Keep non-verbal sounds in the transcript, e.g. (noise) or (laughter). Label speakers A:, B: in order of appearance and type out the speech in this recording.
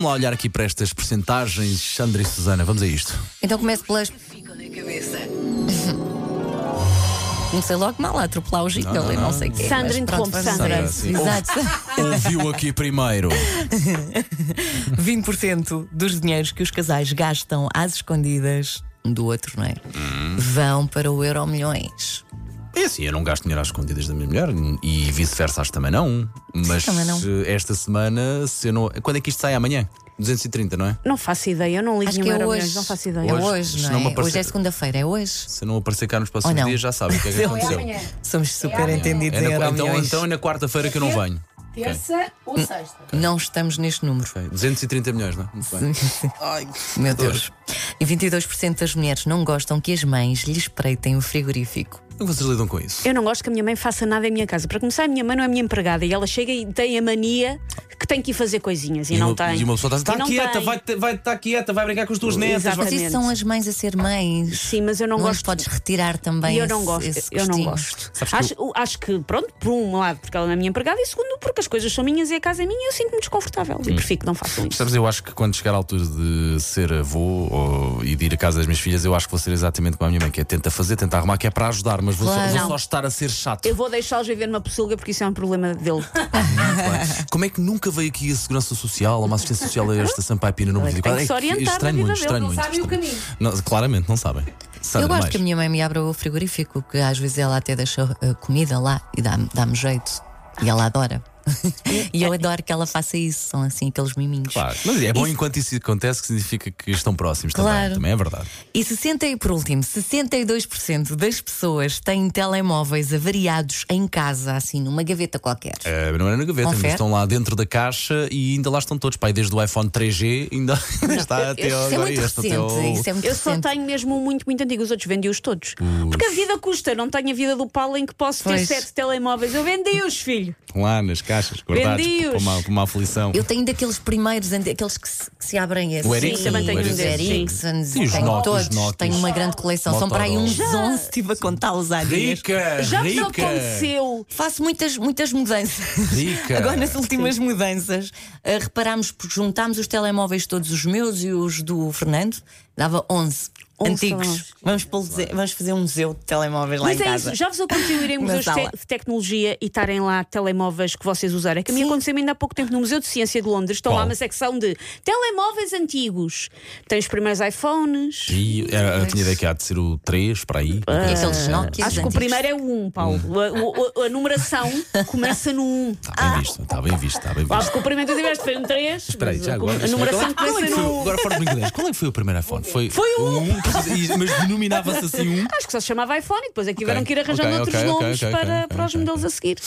A: Vamos lá olhar aqui para estas percentagens, Sandra e Susana, vamos a isto.
B: Então começo pelas. (laughs) Comecei logo mal a atropelar o jingle e não sei o quê.
C: Sandra
B: mas pronto,
C: interrompe,
B: vamos
C: Sandra.
B: embora.
A: Sim.
B: Exato. (laughs)
A: Ouviu aqui primeiro.
B: 20% dos dinheiros que os casais gastam às escondidas um do outro, não é? Vão para o Euro Milhões.
A: É assim, eu não gasto dinheiro às escondidas da minha mulher e vice-versa, acho que também não. Mas
B: Também não.
A: eh, esta semana, se eu não. Quando é que isto sai amanhã? 230, não é?
C: Não faço ideia, eu não ligo
B: Acho que
C: nenhum
B: é
C: Euromilhões,
B: hoje.
C: não faço
B: É
C: ideia.
A: Hoje,
B: hoje,
A: se
B: não
A: não
B: é?
A: me aparecer-
B: Hoje é segunda-feira, é hoje.
A: Se não aparecer cá nos próximos
B: Ou não.
A: dias, já sabe o que é que aconteceu.
B: Somos super entendidos
A: É na-
B: em Euro
A: então,
B: Milhões.
A: então é na quarta-feira que eu não venho.
D: Terça ou sexta?
B: Não estamos neste número.
A: Ok, 230 milhões, não é? Muito bem.
B: Meu Deus. E 22% das mulheres não gostam que as mães lhes espreitem o frigorífico.
A: Como vocês lidam com isso?
C: Eu não gosto que a minha mãe faça nada em minha casa. Para começar, a minha mãe não é minha empregada e ela chega e tem a mania que tem que ir fazer coisinhas e, não
A: uma,
C: tem.
A: e uma pessoa está a
C: E
A: "Tá
C: não
A: quieta,
C: tem.
A: vai, te- vai estar quieta, vai brincar com as tuas netas. vai-
B: Mas isso são as mães a ser mães.
C: Sim, mas eu não
B: as
C: gosto.
B: podes retirar também.
C: E eu não
B: esse-
C: gosto,
B: esse
C: eu não
B: gostinho.
C: gosto.
A: Sabes que
C: Acho, o- acho que, pronto, por um lado, porque ela não é minha empregada, e segundo, porque as coisas são minhas e a casa é minha, eu sinto-me desconfortável.
A: Hum.
C: E prefiro que não façam isso.
A: Sabes, eu acho que quando chegar à altura de ser avô ou- e de ir à casa das minhas filhas, eu acho que vou ser exatamente como a minha mãe, que é tenta fazer, tenta arrumar, que é para ajudar, mas vou, só-
B: Claro.
A: vou só,
C: Não.
A: estar a ser chato.
C: Eu vou deixá-los viver numa pocilga porque isso é um problema dele.
A: Como é que nunca veio aqui a Segurança Social ou uma assistência social a esta Sampaio Pina no
C: tem
A: 24?
C: que se
A: é
C: orientar na
A: estranho
C: vida
A: muito,
C: dele,
A: estranho
C: não
A: muito.
D: sabem o
A: estranho.
D: caminho.
A: Não, claramente, não sabem. Sandra,
B: Eu gosto
A: mais.
B: que a minha mãe me abra o frigorífico, que às vezes ela até deixa uh, comida lá e dá-me dá-me jeito. E ela adora. (laughs) e eu adoro que ela faça isso. São assim aqueles miminhos.
A: Claro, mas é bom enquanto isso acontece, que significa que estão próximos também.
B: Claro.
A: Também é verdade.
B: E 60, e por último, 62% das pessoas têm telemóveis avariados em casa, assim, numa gaveta qualquer.
A: Eh, não era na gaveta, mas
B: Confere.
A: estão lá dentro da caixa e ainda lá estão todos. Pai, desde o iPhone 3G ainda (laughs) está até
B: isso, é
A: agora
B: muito
A: este,
B: recente,
A: até o-
B: isso é muito
C: Eu só
B: recente.
C: tenho mesmo um muito, muito antigo. Os outros vendi-os todos. Porque a vida custa. Não tenho a vida do Paulo em que posso ter
B: Pois.
C: sete telemóveis. Eu vendi-os, filho.
A: lá nas caixas, guardados
C: Vendi-os.
A: para uma, para uma aflição.
B: Eu tenho daqueles primeiros, ante- aqueles que se, que se abrem assim.
A: O Ericsson,
C: também tenho
A: o
C: um
B: os
C: desses, sim.
B: Ericsson,
A: Sim, os
B: tenho
A: Nokia, os
B: todos,
A: Nokias.
B: tenho uma grande coleção. São para aí uns
A: Motorola.
B: 11, estive a contá-los há dias.
A: Rica!
C: Já me
A: rica!
C: aconteceu.
B: Faço muitas, muitas mudanças.
A: Rica.
B: (laughs) Agora, nas
C: um
B: últimas mudanças, ah, reparámos, porque juntámos os telemóveis todos os meus e os do Fernando, dava 11.
C: Onze
B: Antigos.
C: telemóveis.
B: Vamos, pelo museu- vamos fazer um museu de telemóveis lá
C: Mas
B: em
C: é
B: casa.
C: isso, já vos aconteceu irem em
B: Na
C: museus de,
B: sala.
C: te- de tecnologia e estarem lá telemóveis que vocês usarem? É que a mim aconteceu ainda há pouco tempo no Museu de Ciência de Londres. Estão lá
A: Qual?
C: uma secção de telemóveis antigos. Tem os primeiros iPhones.
A: E era, eu tinha ideia que há de ser o 3 para aí.
B: E aqueles Nokias
C: Ah, Acho que o
B: antigos.
C: primeiro é o 1, Paulo. A,
A: Hum.
C: o- o- a
A: (laughs)
C: numeração começa no 1.
A: Está Tá bem visto, está bem visto, está bem
C: Acho
A: visto.
C: que o primeiro tu tiveste foi um 3.
A: Espera aí, já agora.
C: A numeração
A: qual é
C: começa
A: que foi,
C: Ah, no 1.
A: agora fora de brincadeiras, qual é que foi o primeiro iPhone? Foi,
C: Foi o
A: um, e- mas denominava-se assim um.
C: Acho que só se chamava iPhone e depois é que tiveram
A: Ok,
C: que ir arranjando
A: ok,
C: outros
A: ok, ok,
C: nomes
A: ok,
C: para,
A: ok,
C: para os
A: ok,
C: modelos a seguir.